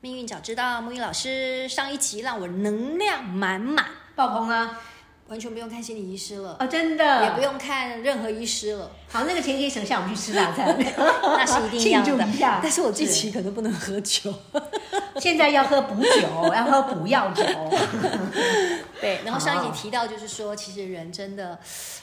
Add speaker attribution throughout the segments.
Speaker 1: 命运早知道，木鱼老师上一集让我能量满满，
Speaker 2: 爆棚啊！
Speaker 1: 完全不用看心理医师了，
Speaker 2: 哦，真 的
Speaker 1: 也不。用看任何医师了，
Speaker 2: 好，那个钱可以省下，我们去吃大餐，
Speaker 1: 那是一定要
Speaker 2: 庆
Speaker 1: 的
Speaker 2: 祝一下。
Speaker 1: 但是我近期可能不能喝 酒。
Speaker 2: 现在要喝补酒，要喝补 药酒。
Speaker 1: 对， 然后上一
Speaker 2: 好
Speaker 1: 集提到就是说，其实人真的，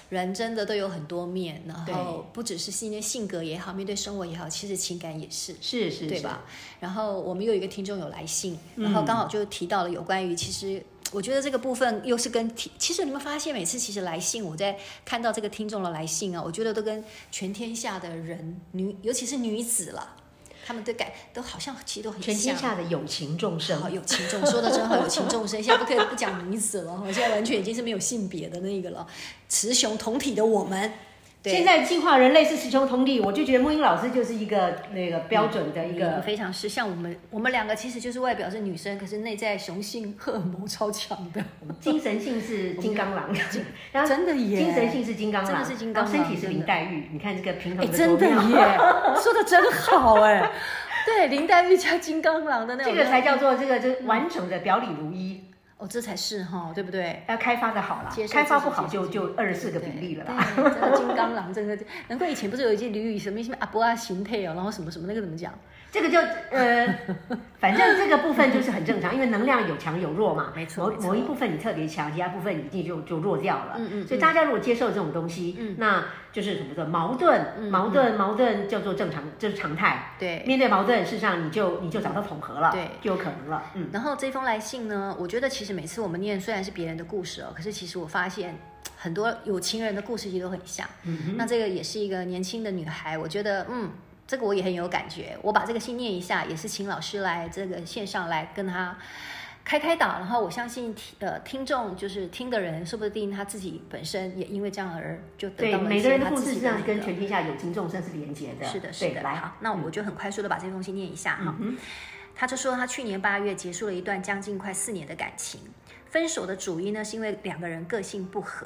Speaker 1: 人真的都有很多面，然后
Speaker 2: 对
Speaker 1: 不只是因为性格也好，面对生活也好，其实情感也是。
Speaker 2: 是是，
Speaker 1: 对
Speaker 2: 是
Speaker 1: 吧？？然后我们有一个听众有来信，然后刚好就提到了有关于其实。我觉得这个部分又是跟提，其实你们发现每次其实来信，我在看到这个听众的来信啊，我觉得都跟全天下的人女，尤其是女子啦，她们都感都好像其实都很
Speaker 2: 全天
Speaker 1: 像哦
Speaker 2: 下的有情众生
Speaker 1: 好，有情众，说的真好，有情众生。现在不可以不讲女子了，我现在完全已经是没有性别的那个了，雌雄同体的我们。对
Speaker 2: 现在进化人类是雌雄同体，我就觉得木英老师就是一个那个标准的一
Speaker 1: 嗯
Speaker 2: 个。
Speaker 1: 非常是像我们，我们两个其实就是外表是女生，可是内在雄性荷尔蒙超强的，
Speaker 2: 精神性是金 刚狼，
Speaker 3: 嗯
Speaker 2: 然后
Speaker 1: 真的耶
Speaker 2: 精神性是金刚狼，
Speaker 1: 真的是金刚狼
Speaker 2: 然后身体是
Speaker 1: 真的
Speaker 2: 林黛玉，你看这个平 衡
Speaker 1: 哎，
Speaker 2: 的
Speaker 1: 真的 耶，说的真好哎，对，林黛玉加金刚狼的那
Speaker 2: 这
Speaker 1: 种，
Speaker 2: 个才叫做这个就是完整的表里如一，
Speaker 1: 哦，这才是哈，对不对？
Speaker 2: 要开发的好了
Speaker 1: 接，受
Speaker 2: 开发不
Speaker 1: 自己
Speaker 2: 好就
Speaker 1: 接
Speaker 2: 就二十四个比例了啦。
Speaker 1: 对，对真的金刚狼，真的，难怪以前不是有一句俚语，什么什么阿波啊形配哦，然后什么什么那个怎么讲？
Speaker 2: 这个就呃，反正这个部分就是很正常，因为能量有强有弱嘛。
Speaker 1: 没错没
Speaker 2: 某
Speaker 1: 错
Speaker 2: 某一部分你特别强，其他部分你就就就弱掉了。
Speaker 1: 嗯嗯
Speaker 2: 所以大家如果接受这种东西，
Speaker 1: 嗯
Speaker 2: 那就是什么的矛盾，矛盾，矛盾叫做正常，就是常态。
Speaker 1: 对，
Speaker 2: 面对矛盾，事实上你就你就找到统合了，
Speaker 1: 对
Speaker 2: 就有可能了。嗯，
Speaker 1: 然后这封来信呢，我觉得其实每次我们念虽然是别人的故事哦，可是其实我发现很多有情人的故事其实都很像。
Speaker 2: 嗯
Speaker 1: 那这个也是一个年轻的女孩，我觉得嗯，这个我也很有感觉。我把这个信念一下，也是请老师来这个线上来跟她。开开导，然后我相信听呃听众就是听的人，说不定他自己本身也因为这样而就得
Speaker 2: 对，
Speaker 1: 到了一
Speaker 2: 每个
Speaker 1: 些
Speaker 2: 人的
Speaker 1: 他
Speaker 2: 故
Speaker 1: 自己
Speaker 2: 事实际
Speaker 1: 的
Speaker 2: 上
Speaker 1: 那
Speaker 2: 跟
Speaker 1: 个
Speaker 2: 全天下有情众生是连结的。
Speaker 1: 是的，是
Speaker 2: 对
Speaker 1: 的。
Speaker 2: 来嗯
Speaker 1: 好，，那我就很快速的把这封信念一下哈。他就说，他去年八月结束了一段将近快四年的感情，分手的主因呢是因为两个人个性不合。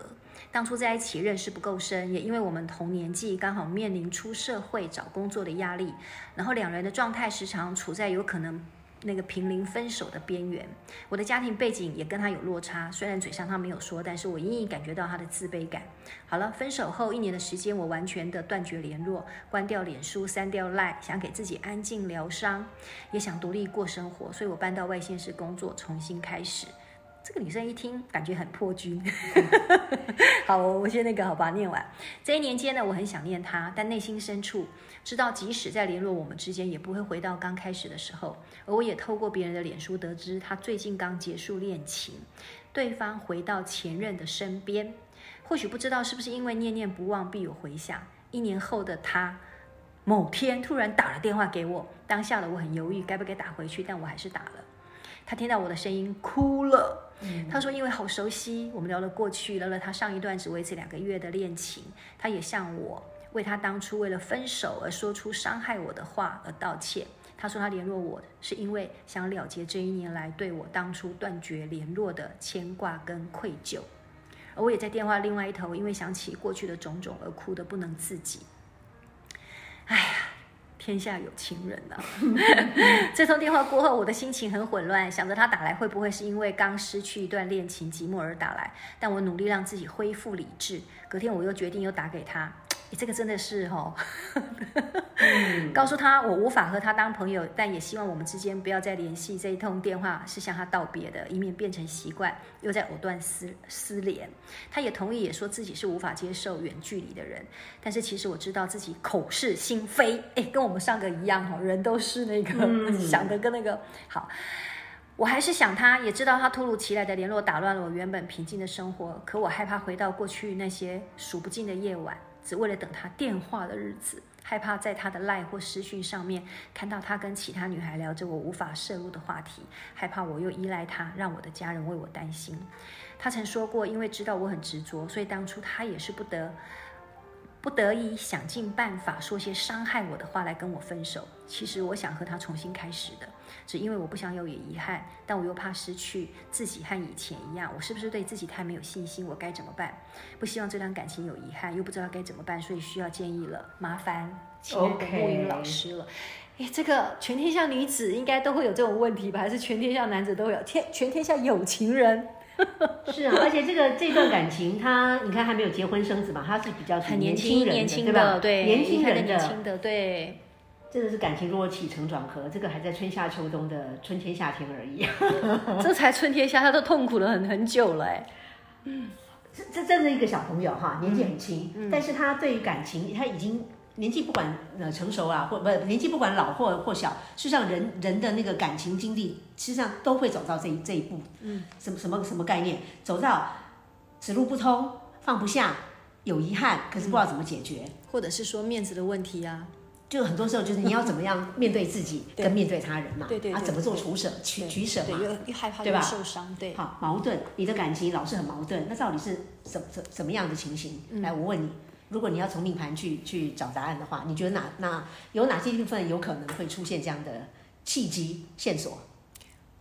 Speaker 1: 当初在一起认识不够深，也因为我们同年纪，刚好面临出社会找工作的压力，然后两人的状态时常处在有可能那个濒临分手的边缘。我的家庭背景也跟他有落差，虽然嘴上他没有说，但是我隐隐感觉到他的自卑感。好了，分手后一年的时间，我完全的断绝联络，关掉脸书，删掉 Line，想给自己安静疗伤，也想独立过生活，所以我搬到外县市工作，重新开始。这个女生一听感觉很破军。 好，我我先那个好吧，念完。这一年间呢，我很想念他，但内心深处知道，即使在联络我们之间，也不会回到刚开始的时候。而我也透过别人的脸书得知，他最近刚结束恋情，对方回到前任的身边。或许不知道是不是因为念念不忘必有回响，一年后的他某天突然打了电话给我，当下的我很犹豫该不该打回去，但我还是打了。他听到我的声音哭了，他说因为好熟悉，我们聊了过去，聊了他上一段只维持两个月的恋情，他也向我为他当初为了分手而说出伤害我的话而道歉。他说他联络我是因为想了结这一年来对我当初断绝联络的牵挂跟愧疚。而我也在电话另外一头，因为想起过去的种种而哭得不能自己。哎呀，天下有情人呐、这通电话过后，我的心情很混乱，想着他打来会不会是因为刚失去一段恋情寂寞而打来？但我努力让自己恢复理智。隔天我又决定又打给他，诶这个真的是哦， 告诉他我无法和他当朋友，但也希望我们之间不要再联系。这一通电话是向他道别的，以免变成习惯，又在藕断丝丝连。他也同意，也说自己是无法接受远距离的人，但是其实我知道自己口是心非，哎，跟我们上个一样哈、哦，人都是那个、 想的跟那个好。我还是想他，也知道他突如其来的联络打乱了我原本平静的生活，可我害怕回到过去那些数不尽的夜晚，只为了等他电话的日子。害怕在他的赖或私讯上面看到他跟其他女孩聊着我无法摄入的话题，害怕我又依赖他，让我的家人为我担心。他曾说过，因为知道我很执着，所以当初他也是不得不得已想尽办法说些伤害我的话来跟我分手。其实我想和他重新开始的，只因为我不想有遗憾，但我又怕失去自己和以前一样。我是不是对自己太没有信心？我该怎么办？不希望这段感情有遗憾，又不知道该怎么办，所以需要建议了。麻烦亲爱的
Speaker 2: OK
Speaker 1: 木云老师了。哎，这个全天下女子应该都会有这种问题吧？还是全天下男子都有？天全天下有情人
Speaker 2: 是啊，而且这个这段感情，他你看还没有结婚生子嘛，他是比较属于
Speaker 1: 很年
Speaker 2: 轻
Speaker 1: 轻，
Speaker 2: 人的，
Speaker 1: 年轻
Speaker 2: 对吧？
Speaker 1: 的，对，
Speaker 2: 年轻人
Speaker 1: 年
Speaker 2: 的，
Speaker 1: 轻的，对，
Speaker 2: 真的是感情若起承转合，这个还在春夏秋冬的春天夏天而已。
Speaker 1: 这才春天下，他都痛苦了很很久了，哎，
Speaker 2: 这这真的一个小朋友哈，年纪很轻，
Speaker 1: 嗯
Speaker 2: 但是他对于感情，他已经年纪不管呃成熟啊，或不年纪不管老或或小，事实上人人的那个感情经历，事实上都会走到这一这一步。嗯，什么什么什么概念？走到此路不通，放不下，有遗憾，可是不知
Speaker 1: 嗯
Speaker 2: 道怎么解决。
Speaker 1: 或者是说面子的问题啊，
Speaker 2: 就很多时候就是你要怎么样面对自己
Speaker 1: 对
Speaker 2: 跟面对他人嘛，
Speaker 1: 对对对
Speaker 2: 啊怎么做
Speaker 1: 对
Speaker 2: 取舍取
Speaker 1: 对
Speaker 2: 取舍
Speaker 1: 对，
Speaker 2: 嘛，
Speaker 1: 又又害怕
Speaker 2: 对
Speaker 1: 又
Speaker 2: 吧
Speaker 1: 受伤，对，
Speaker 2: 好矛盾，你的感情老是很矛盾，那到底是怎怎怎么样的情形？
Speaker 1: 嗯
Speaker 2: 来，我问你，如果你要从命盘去去找答案的话，你觉得哪哪有哪些部分有可能会出现这样的契机线索？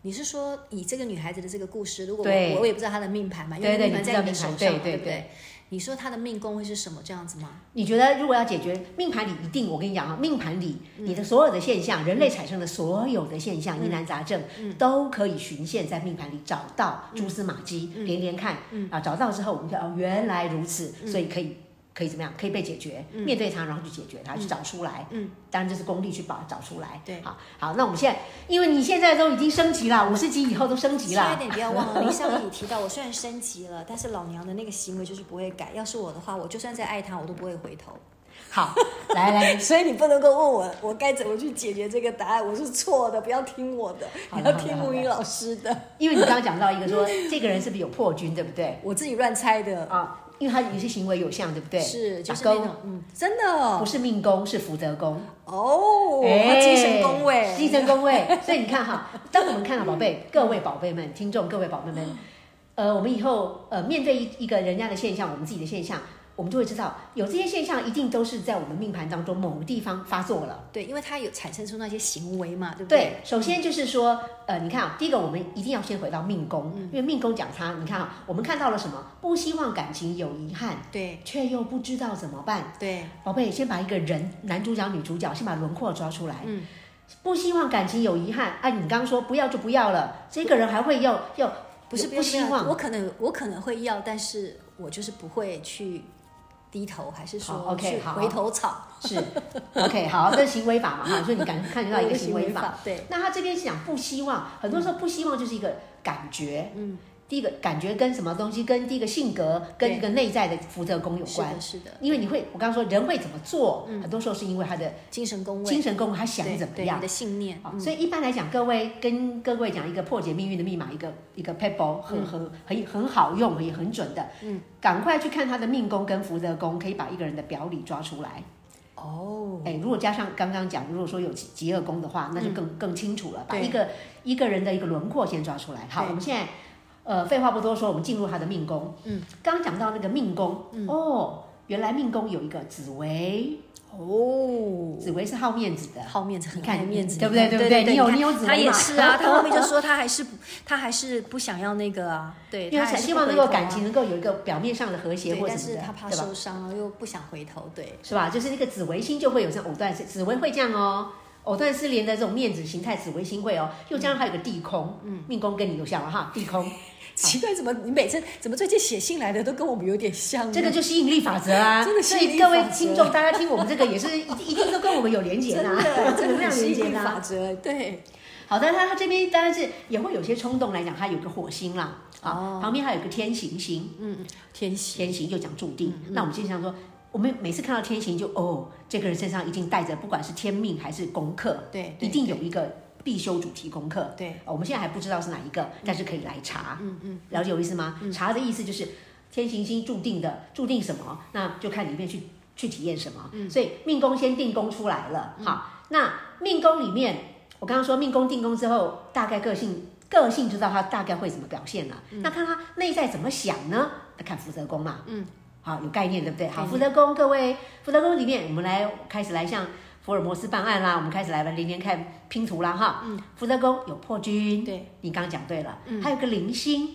Speaker 1: 你是说以这个女孩子的这个故事，如果我
Speaker 2: 对
Speaker 1: 我我也不知道她的命盘嘛，因
Speaker 2: 对
Speaker 1: 为
Speaker 2: 对
Speaker 1: 命盘
Speaker 2: 你知道
Speaker 1: 在你的
Speaker 2: 命盘
Speaker 1: 手上嘛，
Speaker 2: 对对
Speaker 1: 不对？你说她的命宫会是什么这样子吗？
Speaker 2: 你觉得如果要解决命盘里一定，我跟你讲啊，命盘里
Speaker 1: 嗯
Speaker 2: 你的所有的现象，人类产生的所有的现象，疑难杂症，都可以循线在命盘里找到蛛丝马迹，
Speaker 1: 嗯
Speaker 2: 连连看啊，找到之后我们就哦原来如此，
Speaker 1: 嗯
Speaker 2: 所以可以可以怎么样？可以被解决，面对它，然后去解决它，去找出来。
Speaker 1: 嗯，
Speaker 2: 当然就是功力去把它找出来。
Speaker 1: 对
Speaker 2: 好，好，那我们现在因为你现在都已经升级了，五十级以后都升级
Speaker 1: 亲爱
Speaker 2: 了
Speaker 1: 的，。你不要忘了，你上面也提到，我虽然升级了，但是老娘的那个行为就是不会改。要是我的话，我就算再爱他，我都不会回头。
Speaker 2: 好，来来，
Speaker 1: 哎所以你不能够问我，我该怎么去解决这个答案？我是错的，不要听我的，
Speaker 2: 好
Speaker 1: 你
Speaker 2: 的
Speaker 1: 要听
Speaker 2: 好的
Speaker 1: 吴
Speaker 2: 好
Speaker 1: 云
Speaker 2: 的
Speaker 1: 老师的。
Speaker 2: 因为你刚刚讲到一个说这个人是不是有破军，对不对？
Speaker 1: 我自己乱猜的，
Speaker 2: 啊，因为他有些行为有像，对不对？
Speaker 1: 是就是
Speaker 2: 打
Speaker 1: 那
Speaker 2: 勾
Speaker 1: 种，嗯，真的哦
Speaker 2: 不，是命宫，是福德宫，
Speaker 1: 哦，
Speaker 2: 哎
Speaker 1: 精神宫位，
Speaker 2: 精神宫位。 所以你看哈，当我们看到宝贝，各位宝贝们，听众各位宝贝
Speaker 1: 嗯
Speaker 2: 们，呃，我们以后呃面对一一个人家的现象，我们自己的现象，我们就会知道，有这些现象一定都是在我们命盘当中某个地方发作了。
Speaker 1: 对，因为他有产生出那些行为嘛，对不
Speaker 2: 对，首先就是说，呃，你看啊，第一个我们一定要先回到命宫，
Speaker 1: 嗯
Speaker 2: 因为命宫讲它，你看啊，我们看到了什么？不希望感情有遗憾，
Speaker 1: 对
Speaker 2: 却又不知道怎么办。
Speaker 1: 对
Speaker 2: 宝贝，先把一个人，男主角、女主角，先把轮廓抓出来。
Speaker 1: 嗯，
Speaker 2: 不希望感情有遗憾。啊，你刚刚说不要就不要了，这个人还会要要，
Speaker 1: 不是
Speaker 2: 不
Speaker 1: 要
Speaker 2: 希
Speaker 1: 要
Speaker 2: 望
Speaker 1: 我可能我可能会要，但是我就是不会去低头，还是
Speaker 2: 好
Speaker 1: 说
Speaker 2: ，OK，
Speaker 1: 去
Speaker 2: 好
Speaker 1: 回头草，
Speaker 2: 是 OK 好，这行为法嘛哈，所以你感看 得到一个行为法。
Speaker 1: 法，对
Speaker 2: 那他这边是讲不希望，很多时候不希望就是一个感觉，嗯，第一个感觉跟什么东西，跟第一个性格，跟
Speaker 1: 对
Speaker 2: 一个内在的福德宫有
Speaker 1: 是
Speaker 2: 关
Speaker 1: 的，。是的，
Speaker 2: 因为你会，我刚刚说人会怎么做，很多时候是因为他的
Speaker 1: 精神宫位，
Speaker 2: 精神宫，他
Speaker 1: 对
Speaker 2: 想怎么
Speaker 1: 对
Speaker 2: 样
Speaker 1: 你。的信念，
Speaker 2: 啊，
Speaker 1: 嗯
Speaker 2: 所以一般来讲，各位跟 各位讲一个破解命运的密码，一个一个 paper
Speaker 1: 嗯
Speaker 2: 很很很很好用，也很准的。嗯，赶快去看他的命宫跟福德宫，可以把一个人的表里抓出来。
Speaker 1: 哦，
Speaker 2: 哎，如果加上刚刚讲，如果说有极极恶宫的话，那就更、更清楚了，把
Speaker 1: 嗯对嗯
Speaker 2: 一个一个人的一个轮廓先抓出来。好，
Speaker 1: 对
Speaker 2: 我们现在呃废话不多说，我们进入他的命宫。嗯，刚讲到那个命宫，
Speaker 1: 嗯
Speaker 2: 哦，原来命宫有一个紫薇，
Speaker 1: 哦，
Speaker 2: 紫薇是好面子的。
Speaker 1: 好面子，很
Speaker 2: 你看
Speaker 1: 爱面子，
Speaker 2: 对不对
Speaker 1: 你看
Speaker 2: 对不对
Speaker 1: 对
Speaker 2: 你有
Speaker 1: 看
Speaker 2: 你有紫
Speaker 1: 他
Speaker 2: 薇
Speaker 1: 也
Speaker 2: 嘛
Speaker 1: 是 啊，他后面就说他还是不他还是不想要那个啊，对，
Speaker 2: 因为
Speaker 1: 他
Speaker 2: 才
Speaker 1: 还是
Speaker 2: 希
Speaker 1: 不
Speaker 2: 望能
Speaker 1: 回
Speaker 2: 够
Speaker 1: 头
Speaker 2: 感
Speaker 1: 啊
Speaker 2: 情能够有一个表面上的和谐
Speaker 1: 对，
Speaker 2: 或什
Speaker 1: 但
Speaker 2: 么的，
Speaker 1: 是他怕
Speaker 2: 对吧？
Speaker 1: 受伤了，又不想回头，对，
Speaker 2: 是吧？就是那个紫微星就会有这种藕断丝，紫微会这样哦，藕断丝连的这种面子形态，紫微星会哦，又加上还有个地空，嗯，命宫跟你有像了哈，地空，
Speaker 1: 奇怪，怎么你每次怎么最近写信来的都跟我们有点像呢？
Speaker 2: 这个就吸引力法则啊，
Speaker 1: 嗯真的
Speaker 2: 所
Speaker 1: 吸引
Speaker 2: 以
Speaker 1: 力
Speaker 2: 各
Speaker 1: 法则
Speaker 2: 位听众，大家听我们这个也是一定一定都跟我们有连结
Speaker 1: 真
Speaker 2: 的、
Speaker 1: 的，
Speaker 2: 啊，
Speaker 1: 真的
Speaker 2: 能
Speaker 1: 很
Speaker 2: 量
Speaker 1: 吸
Speaker 2: 连
Speaker 1: 引
Speaker 2: 结
Speaker 1: 力
Speaker 2: 的啊、
Speaker 1: 法则，对，
Speaker 2: 好的，那他这边当然是也会有些冲动来讲，他有个火星啦，啊、
Speaker 1: 哦
Speaker 2: 旁边还有一个天行星，
Speaker 1: 天蝎，
Speaker 2: 天行就讲注
Speaker 1: 嗯
Speaker 2: 定。那我们经常说，我们每次看到天行就哦，这个人身上一定带着不管是天命还是功课，
Speaker 1: 对，
Speaker 2: 一
Speaker 1: 对
Speaker 2: 定有一个必修主题功课。
Speaker 1: 对
Speaker 2: 哦，我们现在还不知道是哪一个，但是可以来查。嗯嗯，了解我意思吗？查的意思就是天行星注定的，注定什么，那就看里面去。去体验什么。所以命宫先定宫出来了，好，那命宫里面，我刚刚说命宫定宫之后，大概个性个性就知道他大概会怎么表现了。那看他内在怎么想呢？那看福德宫嘛，嗯，好有概念对不对？好，福德宫各位，福德宫里面我们来开始来像。福尔摩斯办案啦，我们开始来吧，连连看拼图啦哈。嗯，福德宫有破军，
Speaker 1: 对，
Speaker 2: 你刚刚讲对了，还有个零星，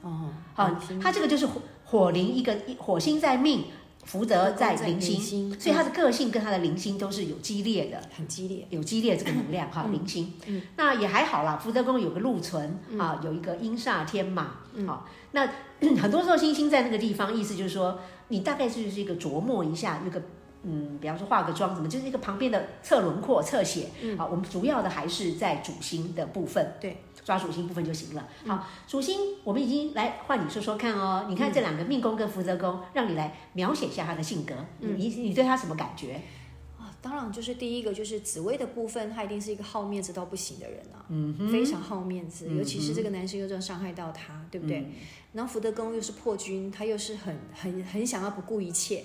Speaker 1: 哦，
Speaker 2: 好，它这个就是火火灵一个火星在命，福德在
Speaker 1: 在零
Speaker 2: 灵星，
Speaker 1: 星
Speaker 2: 所以它的个性跟它的灵星都是有激烈的。
Speaker 1: 很激烈，
Speaker 2: 有激烈这个能量哈，零星，那也还好啦。福德宫有个禄存啊，有一个阴煞天马，好，那 很多时候星星在那个地方，意思就是说，你大概就是一个琢磨一下，那个嗯，比方说化个妆什么，就是一个旁边的侧轮廓、侧写，好，我们主要的还是在主星的部分，
Speaker 1: 对，
Speaker 2: 抓主星部分就行了。好，主星我们已经来换你说说看哦，你看这两个命宫跟福德宫，让你来描写一下他的性格，你你对他什么感觉？
Speaker 4: 啊，当然就是第一个就是紫薇的部分，他一定是一个好面子到不行的人啊，嗯、非常好面子，尤其是这个男生又这样伤害到他，对不对？然后福德宫又是破军，他又是很很很想要不顾一切，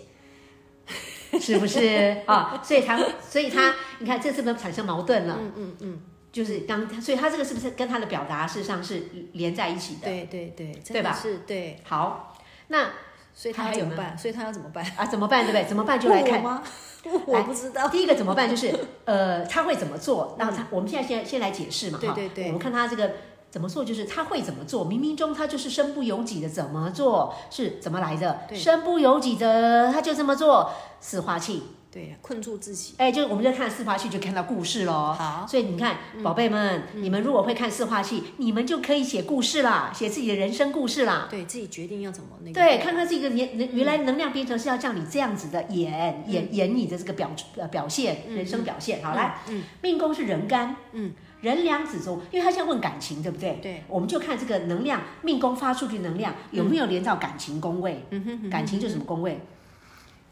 Speaker 2: 是 不是啊、所以他，所以他，你看这是不是产生矛盾了？
Speaker 4: 嗯嗯嗯，
Speaker 2: 就是当他，所以他这个是不是跟他的表达事实上是连在一起的？，
Speaker 4: 对对对，真
Speaker 2: 对吧
Speaker 4: 的是对，
Speaker 2: 好，那
Speaker 4: 所以他
Speaker 2: 还
Speaker 4: 要
Speaker 2: 有
Speaker 4: 怎么
Speaker 2: 吗
Speaker 4: 办？所以他要怎么办？
Speaker 2: 啊怎么办？对不对？怎么办就来
Speaker 4: 问我
Speaker 2: 看。
Speaker 4: 吗？ 我不知道，
Speaker 2: 第一个怎么办？就是呃，他会怎么做？那他我们现在先先来解释嘛，
Speaker 4: 对
Speaker 2: 哈
Speaker 4: 对对
Speaker 2: 我们看他这个怎么做，就是他会怎么做。冥冥中他就是身不由己的怎么做是怎么来的？
Speaker 4: 对
Speaker 2: 身不由己的他就这么做，四化气。
Speaker 4: 对呀，困住自己，
Speaker 2: 哎，就是我们在看四化戏就看到故事喽。
Speaker 4: 好
Speaker 2: 所以你看，宝贝们，你们如果会看四化戏，你们就可以写故事啦，写自己的人生故事啦。
Speaker 4: 对自己决定要怎么那个，
Speaker 2: 对，看看这个原原原来能量编程是要叫你这样子的演、演演你的这个表呃表现、人生表现。好，来，命宫是人干，嗯，人两子中，因为他现在问感情，对不对？
Speaker 4: 对，
Speaker 2: 我们就看这个能量命宫发出去能量有没有连到感情宫位。感情就是什么宫位？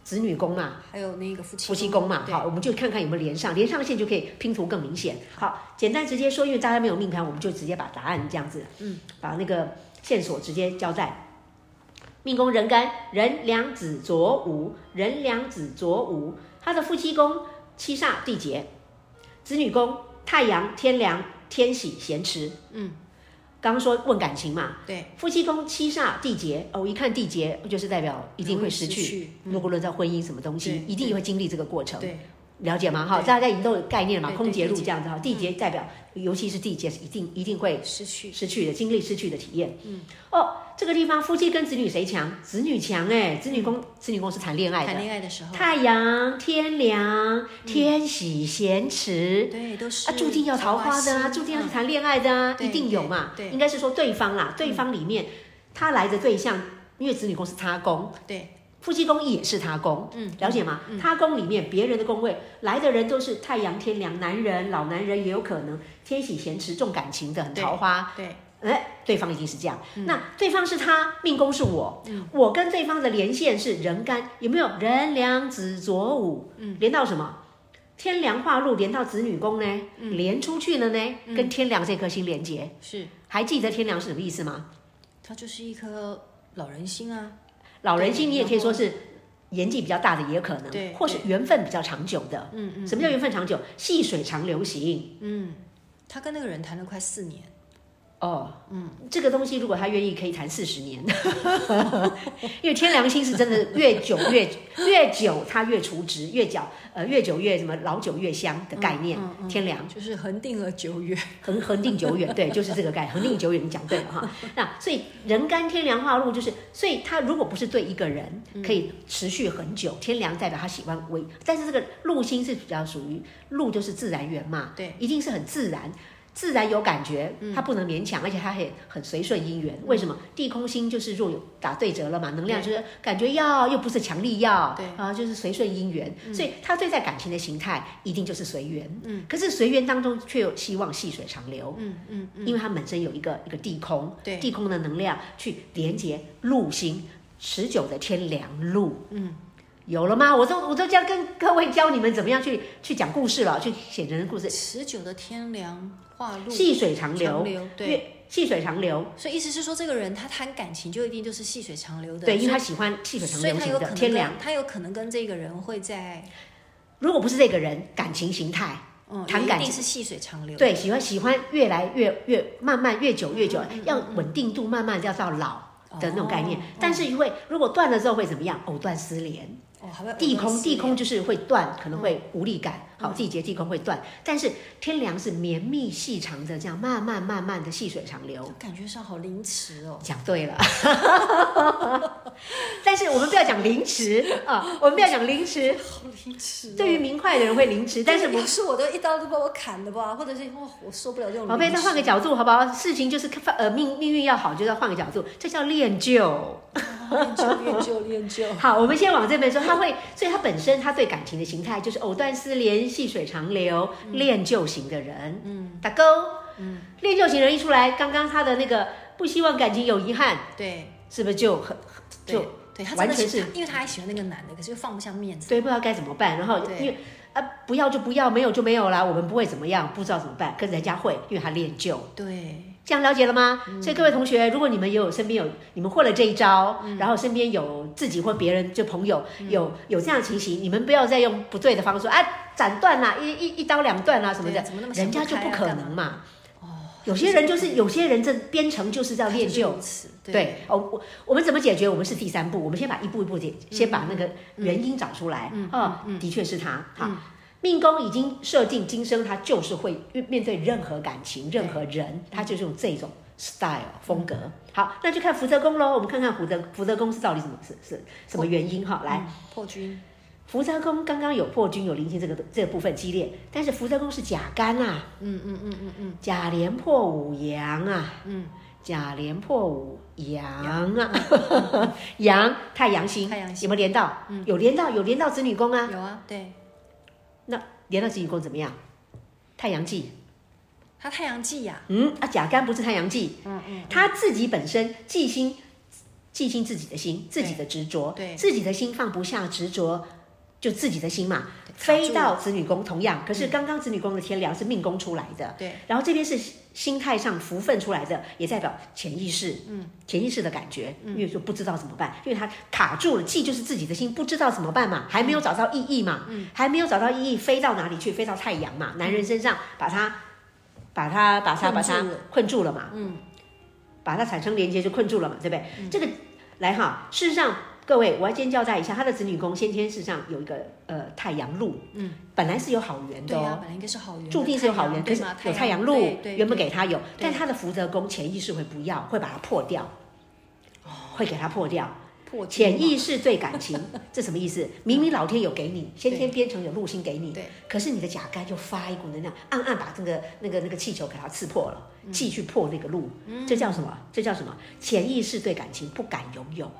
Speaker 2: 子女宫啊嘛，
Speaker 4: 还有那个夫妻
Speaker 2: 夫妻宫嘛，
Speaker 4: 对
Speaker 2: 好，我们就看看有没有连上，连上线就可以拼图更明显。好，简单直接说，因为大家没有命盘，我们就直接把答案这样子，嗯，把那个线索直接交代。命宫人干，人两子左午，人两子左午，他的夫妻宫七煞地劫，子女宫太阳天梁天喜咸池，嗯，刚刚说问感情嘛，
Speaker 4: 对，
Speaker 2: 夫妻宫七煞地劫，哦，一看地劫就是代表一定会失
Speaker 4: 容易失去
Speaker 2: 去，如果论到婚姻什么东
Speaker 4: 对
Speaker 2: 西，一定会经历这个过程。
Speaker 4: 对，
Speaker 2: 了解吗？哈，
Speaker 4: 对
Speaker 2: 大家已经都有概念了嘛，
Speaker 4: 对
Speaker 2: 空
Speaker 4: 对
Speaker 2: 劫路
Speaker 4: 地劫
Speaker 2: 这样子哈，地劫代表，尤其是地劫是一定一定会
Speaker 4: 失去，
Speaker 2: 失去的，经历失去的体验。嗯，哦，这个地方夫妻跟子女谁强？子女强哎，子女宫子女宫是谈恋爱
Speaker 4: 谈
Speaker 2: 的，
Speaker 4: 恋爱的时候，
Speaker 2: 太阳天梁天喜咸池，
Speaker 4: 对，都是
Speaker 2: 啊，注定要桃花的啊，
Speaker 4: 心
Speaker 2: 注定要去
Speaker 4: 嗯
Speaker 2: 谈恋爱的啊，
Speaker 4: 对
Speaker 2: 一定有嘛。
Speaker 4: 对对嗯
Speaker 2: 应该是说对方啦，对方里面他来的对象，因为子女宫是他宫，
Speaker 4: 对，
Speaker 2: 夫妻宫也是他宫，嗯，了解吗？他宫里面别人的宫位来的人都是太阳天梁，男人老男人也有可能天喜咸池重感情的，很桃花。
Speaker 4: 对，
Speaker 2: 哎，对方一定是这样，那对方是他，命宫是我，我跟对方的连线是人干，有没有人梁子左午？连到什么？天梁化禄连到子女宫呢，连出去了呢，跟天梁这颗星连接。
Speaker 4: 是
Speaker 2: 还记得天梁是什么意思吗？
Speaker 4: 它就是一颗老人心啊，
Speaker 2: 老人星你也可以说是年纪比较大的也可
Speaker 4: 对
Speaker 2: 能，或是缘分比较长久的。嗯嗯，什么叫缘分长久？细水长流型。
Speaker 4: 他跟那个人谈了快四年，
Speaker 2: 哦，嗯，这个东西如果他愿意，可以谈四十年， 因为天梁星是真的越久越越久，它越除值，越久呃越久越什么老酒越香的概念。天梁
Speaker 4: 就是恒定了久远，
Speaker 2: 恒恒定久远，对，就是这个概念。恒定久远，你讲对了哈。那所以人干天梁化禄，就是所以他如果不是对一个人，可以持续很久。天梁代表他喜欢为，但是这个禄星是比较属于禄，就是自然缘嘛，
Speaker 4: 对，嗯
Speaker 2: 一定是很自然。自然有感觉，他不能勉强，而且他也很随顺因缘。为什么？地空星就是若有打对折了嘛，能量就是感觉要，又不是强力要，
Speaker 4: 对嗯
Speaker 2: 啊，就是随顺因缘。所以他对待感情的形态一定就是随缘，嗯，可是随缘当中却有希望细水长流，
Speaker 4: 嗯嗯嗯，
Speaker 2: 因为它本身有一个一个地空，
Speaker 4: 对
Speaker 2: 地空的能量去连接禄星，持久的天梁禄，嗯，有了吗？我都我都这样跟各位教你们怎么样去去讲故事了，去写人的故事，
Speaker 4: 持久的天凉化露，
Speaker 2: 细水长流，
Speaker 4: 长流对。
Speaker 2: 越细水长流，
Speaker 4: 所以意思是说，这个人他谈感情就一定就是细水长流的，
Speaker 2: 对，因为他
Speaker 4: 所
Speaker 2: 喜欢细水
Speaker 4: 以
Speaker 2: 长
Speaker 4: 所以
Speaker 2: 流
Speaker 4: 他
Speaker 2: 型
Speaker 4: 有可
Speaker 2: 的
Speaker 4: 能
Speaker 2: 天凉。
Speaker 4: 跟他有可能跟这个人会在
Speaker 2: 如果不是这个人，感情形态，
Speaker 4: 嗯，
Speaker 2: 谈
Speaker 4: 也
Speaker 2: 感
Speaker 4: 一定
Speaker 2: 情
Speaker 4: 是细水长流，嗯
Speaker 2: 对，喜欢喜欢越来越越慢慢越久越久，要稳定度慢慢要到老的那种概念。
Speaker 4: 哦
Speaker 2: 但是因为如果断了之后会怎么样？藕断丝连，
Speaker 4: 哦，还会
Speaker 2: 地
Speaker 4: 藕断
Speaker 2: 空
Speaker 4: 丝
Speaker 2: 地
Speaker 4: 连
Speaker 2: 空就是会断，可能会无力感，
Speaker 4: 嗯
Speaker 2: 好季节地空会断。但是天凉是绵密细长的，这样慢慢慢慢的细水长流。
Speaker 4: 感觉上好凌迟哦，
Speaker 2: 讲对了， 但是我们不要讲凌迟啊，我们不要讲凌迟。
Speaker 4: 好凌迟哦。
Speaker 2: 对于明快的人会凌迟，但是
Speaker 4: 要
Speaker 2: 不
Speaker 4: 要是我都一刀都把我砍了吧，或者是哦，我受不了这种。
Speaker 2: 宝贝，再换个 角度好不好？事情就是看呃命命运要好，就要换个角度，这叫练就。
Speaker 4: 练就练就练就，
Speaker 2: 好，我们先往这边说，他会，所以他本身他对感情的形态就是藕断丝连、细水长流、练就型的人。嗯，打勾。嗯，练就型人一出来，刚刚他的那个不希望感情有遗憾，
Speaker 4: 对
Speaker 2: 是不是就很
Speaker 4: 对
Speaker 2: 就
Speaker 4: 对，他真
Speaker 2: 完
Speaker 4: 的
Speaker 2: 全
Speaker 4: 是
Speaker 2: 是
Speaker 4: 他，因为他还喜欢那个男的，可是又放不下面子。
Speaker 2: 对，不知道该怎么办。然后
Speaker 4: 对
Speaker 2: 因为啊，不要就不要，没有就没有啦，我们不会怎么样，不知道怎么办，可是人家会，因为他练就。
Speaker 4: 对，
Speaker 2: 这样了解了吗？
Speaker 4: 嗯
Speaker 2: 所以各位同学，如果你们也有身边有你们会了这一招，
Speaker 4: 嗯
Speaker 2: 然后身边有自己或别人就朋友有有这样的情形，你们不要再用不对的方式说啊，斩断啦、一一一刀两断啦、什么
Speaker 4: 对啊
Speaker 2: 的，
Speaker 4: 怎么那么想
Speaker 2: 人家就
Speaker 4: 开
Speaker 2: 不
Speaker 4: 啊
Speaker 2: 可
Speaker 4: 干
Speaker 2: 能
Speaker 4: 嘛
Speaker 2: 嘛。哦，有些人就是有些人这编程就是要
Speaker 4: 他
Speaker 2: 练
Speaker 4: 就是
Speaker 2: 就
Speaker 4: 如。此，
Speaker 2: 对，哦，我我们怎么解决？我们是第三步，我们先把一步一步解，先把那个原因找出来。哦，的确是他。
Speaker 1: 嗯
Speaker 2: 好，
Speaker 4: 嗯
Speaker 2: 命宫已经设定，今生他就是会面对任何感情、任何人，他就是用这种 style 风格。好，那就看福德宫喽。我们看看福德福德宫是到底什么是是什么原因哈？来，
Speaker 1: 嗯
Speaker 4: 嗯破军
Speaker 2: 福德宫刚刚有破军有灵性这个这个部分激烈，但是福德宫是甲干啊，嗯嗯嗯嗯嗯，甲连破五阳啊，嗯，甲连破五阳啊， 阳太阳星，
Speaker 4: 太阳星嗯
Speaker 2: 有没有连到？有连到，有连到子女宫啊，
Speaker 4: 有啊，对，
Speaker 2: 那连到子女宫怎么样？太阳忌，
Speaker 4: 他太阳系呀，
Speaker 2: 嗯啊，甲干不是太阳忌，嗯嗯，他自己本身忌星，忌星自己的心，自己的执着，
Speaker 4: 对
Speaker 2: 自己的心放不下执着，就自己的心嘛，
Speaker 4: 卡住
Speaker 2: 飞到子女宫同样，可是刚刚子女宫的天梁是命宫出来的，
Speaker 4: 对，
Speaker 2: 然后这边是心态上福分出来的，也代表潜意识，嗯，潜意识的感觉，因为就不知道怎么办，因为他卡住了，记就是自己的心不知道怎么办嘛，还没有找到意义嘛，嗯，还没有找到意义，飞到哪里去？飞到太阳嘛，男人身上把它，把它，把它，把
Speaker 4: 困
Speaker 2: 它
Speaker 4: 住了
Speaker 2: 困住了嘛，嗯，把它产生连接就困住了嘛，对不对？这个来哈，事实上。各位，我要先交代一下，他的子女宫先天事实上有一个呃太阳路，嗯，本来是有好缘的
Speaker 4: 对
Speaker 2: 哦，
Speaker 4: 啊，本来应该是好缘的，
Speaker 2: 注定是有好缘，可
Speaker 4: 对
Speaker 2: 是
Speaker 4: 吗？
Speaker 2: 有太阳
Speaker 4: 对
Speaker 2: 路
Speaker 4: 对，对
Speaker 2: 原本给他有，但他的福德宫潜意识会不要，会把它破掉，
Speaker 4: 哦
Speaker 2: 会给他破掉。
Speaker 4: 破军嘛
Speaker 2: 潜意识对 感情，这什么意思？明明老天有给你，先天编程有路星给你，
Speaker 4: 嗯对，
Speaker 2: 可是你的甲肝就发一股能量，暗暗把这个那个那个气球给它刺破了，
Speaker 4: 嗯
Speaker 2: 气去破那个路，这叫什么？这叫什么？潜意识对感情不敢拥有，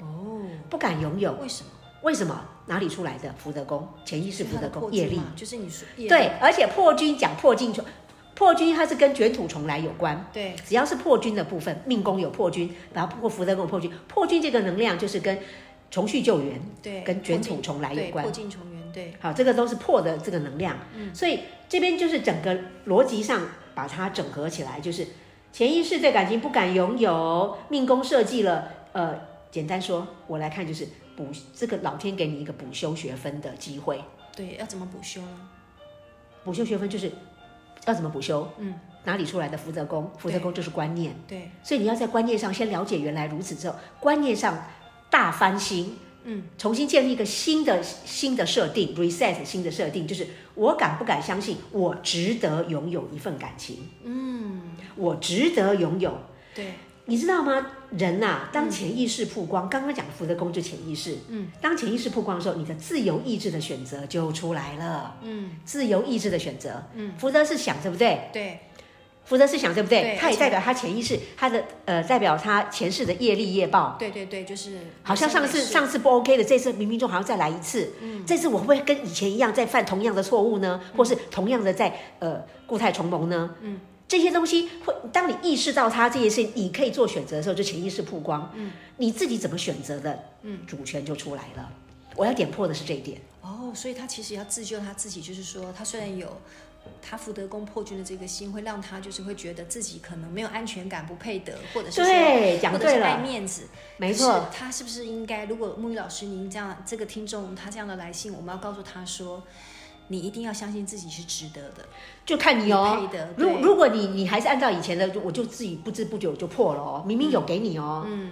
Speaker 4: 哦，
Speaker 2: 不敢拥有，
Speaker 4: 为什么？
Speaker 2: 为什么？哪里出来的？福德宫，潜意识
Speaker 4: 是
Speaker 2: 福
Speaker 4: 他
Speaker 2: 德
Speaker 4: 的
Speaker 2: 宫
Speaker 4: 破
Speaker 2: 业
Speaker 4: 军
Speaker 2: 力
Speaker 4: 嘛，就是你说业
Speaker 2: 对，而且破军讲破镜虫，破军它是跟卷土重来有关。
Speaker 4: 对
Speaker 2: 只要是破军的部分，命宫有破军，然后破福德宫有破军，破军这个能量就是跟重续救援、
Speaker 4: 对，
Speaker 2: 跟卷土
Speaker 4: 破镜
Speaker 2: 重来有
Speaker 4: 对
Speaker 2: 关
Speaker 4: 破。镜重圆，对嗯
Speaker 2: 好，这个都是破的这个能量，所以这边就是整个逻辑上把它整合起来，就是潜意识对感情不敢拥有，命宫设计了，呃，简单说，我来看就是补这个老天给你一个补修学分的机会，
Speaker 4: 对，要怎么补修呢？
Speaker 2: 补修学分就是要怎么补修，嗯，哪里出来的福德宫？福德宫就是观念，
Speaker 4: 对，
Speaker 2: 所以你要在观念上先了解原来如此之后，观念上大翻新，嗯，重新建立一个新的新的设定，reset 新的设定，就是我敢不敢相信我值得拥有一份感情，嗯，我值得拥有。
Speaker 4: 对，
Speaker 2: 你知道吗？人呐、当潜意识曝光，刚刚讲福德宫就潜意识，嗯，当潜意识曝光的时候，你的自由意志的选择就出来了，嗯，自由意志的选择，嗯，福德是想，对不对？
Speaker 4: 对，
Speaker 2: 福德是想，对不对？
Speaker 4: 对
Speaker 2: 它也代表他潜意识，他的呃，代表他前世的业力业报。
Speaker 4: 对对对，就是
Speaker 2: 啊好像上次上次不 OK 的，这次明明就好像再来一次。嗯，这次我会不会跟以前一样再犯同样的错误呢？或是同样的在呃固态重蒙呢？嗯，这些东西会，当你意识到它这些事，你可以做选择的时候，就潜意识曝光。嗯，你自己怎么选择的，嗯，主权就出来了。我要点破的是这一点。
Speaker 1: 哦，所以他其实要自救他自己，就是说他虽然有他福德宫破军的这个心，会让他就是会觉得自己可能没有安全感，不配得，或者是说
Speaker 2: 对讲
Speaker 1: 或者
Speaker 2: 对
Speaker 1: 是
Speaker 2: 了
Speaker 1: 爱面子，
Speaker 2: 没
Speaker 1: 可是
Speaker 2: 错，
Speaker 1: 他是不是应该？如果木鱼老师您这样这个听众他这样的来信，我们要告诉他说，你一定要相信自己是值得的。
Speaker 2: 就看你哦
Speaker 1: 你配的。
Speaker 2: 如
Speaker 1: 对
Speaker 2: 如果你你还是按照以前的，就我就自己不知不觉我就破了哦，明明有给你哦，
Speaker 1: 嗯，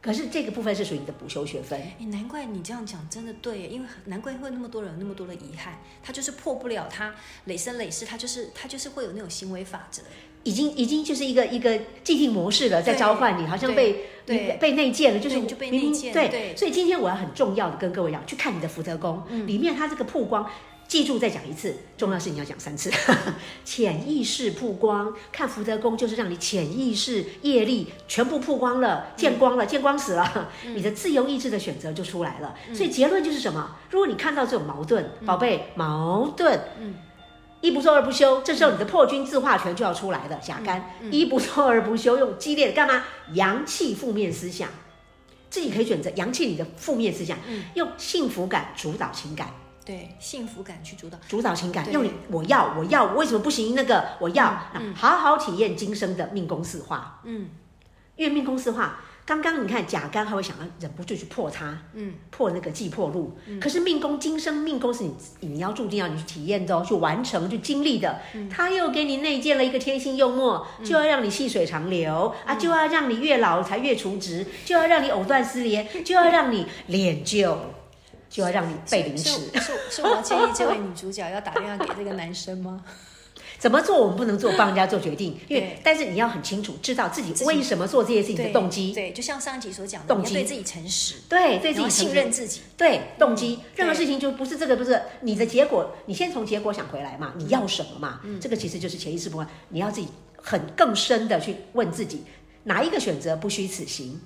Speaker 2: 可是这个部分是属于你的补修学分。
Speaker 1: 哎，难怪你这样讲真的对耶，因为难怪会那么多人有那么多的遗憾，他就是破不了他累生累世，他就是他就是会有那种行为法则。
Speaker 2: 已经已经就是一个一个既定模式了，在
Speaker 1: 对
Speaker 2: 召唤你，好像被
Speaker 1: 对
Speaker 2: 你
Speaker 1: 对
Speaker 2: 被内建了，就是
Speaker 1: 对你就被
Speaker 2: 明明
Speaker 1: 内建
Speaker 2: 对，
Speaker 1: 对嗯
Speaker 2: 所以今天我要很重要的跟各位讲，去看你的福德宫里面它这个曝光。记住再讲一次，重要是你要讲三次。 潜意识曝光，看福德宫就是让你潜意识业力全部曝光了，
Speaker 1: 嗯
Speaker 2: 见光了，见光死了， 你的自由意志的选择就出来了。
Speaker 1: 嗯
Speaker 2: 所以结论就是什么？如果你看到这种矛盾，宝贝，矛盾，一不做二不休，这时候你的破军自化权就要出来了。甲干、一不做二不休，用激烈的干嘛？阳气负面思想，自己可以选择阳气里的负面思想，用幸福感主导情感，
Speaker 1: 对，幸福感去主导。
Speaker 2: 主导情感，
Speaker 1: 对
Speaker 2: 用你我要我要，我为什么不行？那个我要、啊好好体验今生的命宫四化，
Speaker 1: 嗯
Speaker 2: 因为命宫四化。刚刚你看甲干还会想要忍不住去破它，
Speaker 1: 嗯，
Speaker 2: 破那个既破路。可是命宫今生命宫是你你要注定要你去体验的哦，去完成去经历的。
Speaker 1: 嗯
Speaker 2: 他又给你内建了一个天性幽默，就要让你细水长流、
Speaker 1: 嗯
Speaker 2: 啊，就要让你越老才越除职，就要让你藕断丝连，就要让你脸旧，就要让你被凌
Speaker 1: 是是
Speaker 2: 迟。
Speaker 1: 是是我要建议这位女主角要打电话给这个男生吗？
Speaker 2: 怎么做我们不能做，帮人家做决定，因为
Speaker 1: 对
Speaker 2: 但是你要很清楚知道自己为什么做这些事情的动机，
Speaker 1: 对，就像上一集所讲的，
Speaker 2: 动
Speaker 1: 你要
Speaker 2: 机
Speaker 1: 对自己诚实，
Speaker 2: 对对自
Speaker 1: 然
Speaker 2: 己
Speaker 1: 后
Speaker 2: 承
Speaker 1: 信
Speaker 2: 认
Speaker 1: 任自己。嗯
Speaker 2: 对，动机，任何
Speaker 1: 对
Speaker 2: 事情就不是这个，不是你的结果，你先从结果想回来嘛，你要什么嘛？
Speaker 1: 嗯
Speaker 2: 这个其实就是潜意识不管，你要自己很更深的去问自己，哪一个选择不虚此行？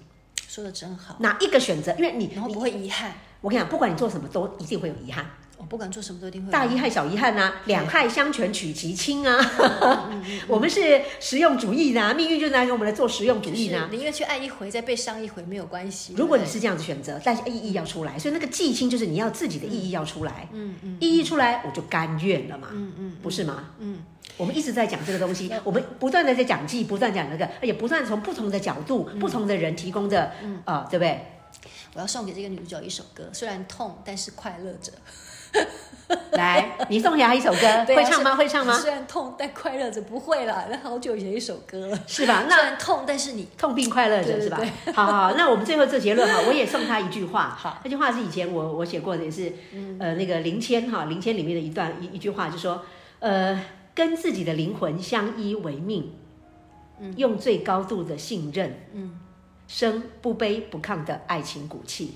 Speaker 1: 说的真好，
Speaker 2: 哪一个选择？因为你，
Speaker 1: 然后
Speaker 2: 你
Speaker 1: 不会遗憾。
Speaker 2: 我跟你讲，不管你做什么，都一定会有遗憾，
Speaker 1: 我不管做什么都一定会
Speaker 2: 大遗
Speaker 1: 憾。
Speaker 2: 憾、小遗憾呐、两害相权取其轻
Speaker 1: 嗯
Speaker 2: 啊。 我们是实用主义呐、命运就拿给我们来做实用主
Speaker 1: 就
Speaker 2: 义呐、啊
Speaker 1: 是宁愿去爱一回，再被伤一回没有关系。
Speaker 2: 如果你
Speaker 1: 对不
Speaker 2: 是这样子选择，但是意义要出来，所以那个记清就是你要自己的意义要出来，嗯嗯，意义出来我就甘愿了嘛，嗯嗯，不是吗？嗯，我们一直在讲这个东西，我们不断的在讲记，不断讲那个，而且不断从不同的角度、不同的人提供的，嗯啊、对不 对？
Speaker 1: 对我要送给这个女主角一首歌，虽然痛，但是快乐着。
Speaker 2: 来，你送给他一首歌，
Speaker 1: 对啊
Speaker 2: 会唱吗？
Speaker 1: 是
Speaker 2: 会唱吗？
Speaker 1: 虽然痛，但快乐着。不会啦，那好久以前一首歌了。
Speaker 2: 是吧？
Speaker 1: 虽
Speaker 2: 那
Speaker 1: 然痛，但是你
Speaker 2: 痛并快乐
Speaker 1: 对
Speaker 2: 着
Speaker 1: 对
Speaker 2: 是吧
Speaker 1: 对？
Speaker 2: 好好，那我们最后做结论 哈，我也送他一句话，
Speaker 1: 好，嗯
Speaker 2: 那句话是以前我我写过的，也是、呃那个林谦哈，林谦里面的一段一一句话就说，呃，跟自己的灵魂相依为命，
Speaker 1: 嗯
Speaker 2: 用最高度的信任，嗯，生不卑不亢的爱情骨气。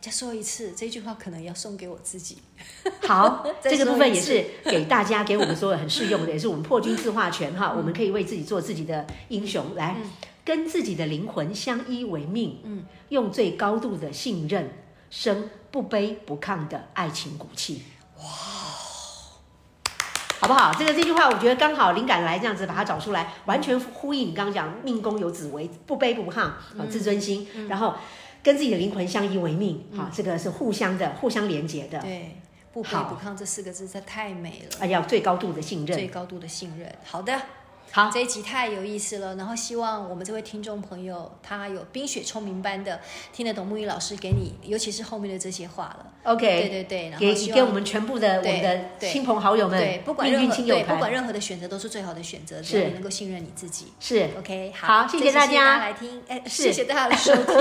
Speaker 1: 再说一次，这句话可能要送给我自己。
Speaker 2: 好，
Speaker 1: 再
Speaker 2: 这个
Speaker 1: 说
Speaker 2: 部分
Speaker 1: 一
Speaker 2: 也
Speaker 1: 次
Speaker 2: 是给大家给我们所有很适用的，也是我们破军自化权哈，我们可以为自己做自己的英雄，来
Speaker 1: 嗯
Speaker 2: 跟自己的灵魂相依为命，嗯，用最高度的信任，生不卑不亢的爱情骨气。好不好？这个这句话，我觉得刚好灵感来这样子把它找出来，完全呼应你刚刚讲命宫有紫薇，不卑不亢啊，
Speaker 1: 嗯
Speaker 2: 自尊心，然后跟自己的灵魂相依为命，好、这个是互相的、互相连结的。
Speaker 1: 嗯对，不卑
Speaker 2: 好
Speaker 1: 不亢这四个字，这太美了。
Speaker 2: 而且要最高度的信
Speaker 1: 最
Speaker 2: 任。
Speaker 1: 高度的信任。好的，
Speaker 2: 好，
Speaker 1: 这一集太有意思了。然后希望我们这位听众朋友，他有冰雪聪明般的听得懂木鱼老师给你，尤其是后面的这些话了。对
Speaker 2: OK，
Speaker 1: 对对，然后
Speaker 2: 给
Speaker 1: 希望
Speaker 2: 给我们全部的我
Speaker 1: 对
Speaker 2: 们的
Speaker 1: 对
Speaker 2: 亲朋好友
Speaker 1: 对
Speaker 2: 们，
Speaker 1: 不管
Speaker 2: 命
Speaker 1: 任
Speaker 2: 运
Speaker 1: 何
Speaker 2: 亲友
Speaker 1: 对不管
Speaker 2: 团
Speaker 1: 任何的选择都是最好的选择，只要
Speaker 2: 是
Speaker 1: 你能够信任你自己。
Speaker 2: 是
Speaker 1: OK，
Speaker 2: 好谢
Speaker 1: 这
Speaker 2: 谢
Speaker 1: 集谢
Speaker 2: 大
Speaker 1: 谢
Speaker 2: 家
Speaker 1: 大家来听，哎，
Speaker 2: 是
Speaker 1: 谢谢大家的收听，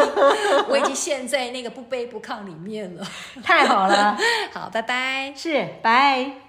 Speaker 1: 我已经陷在那个不卑不亢里面了。
Speaker 2: 太好了，
Speaker 1: 好，拜拜。
Speaker 2: 是拜。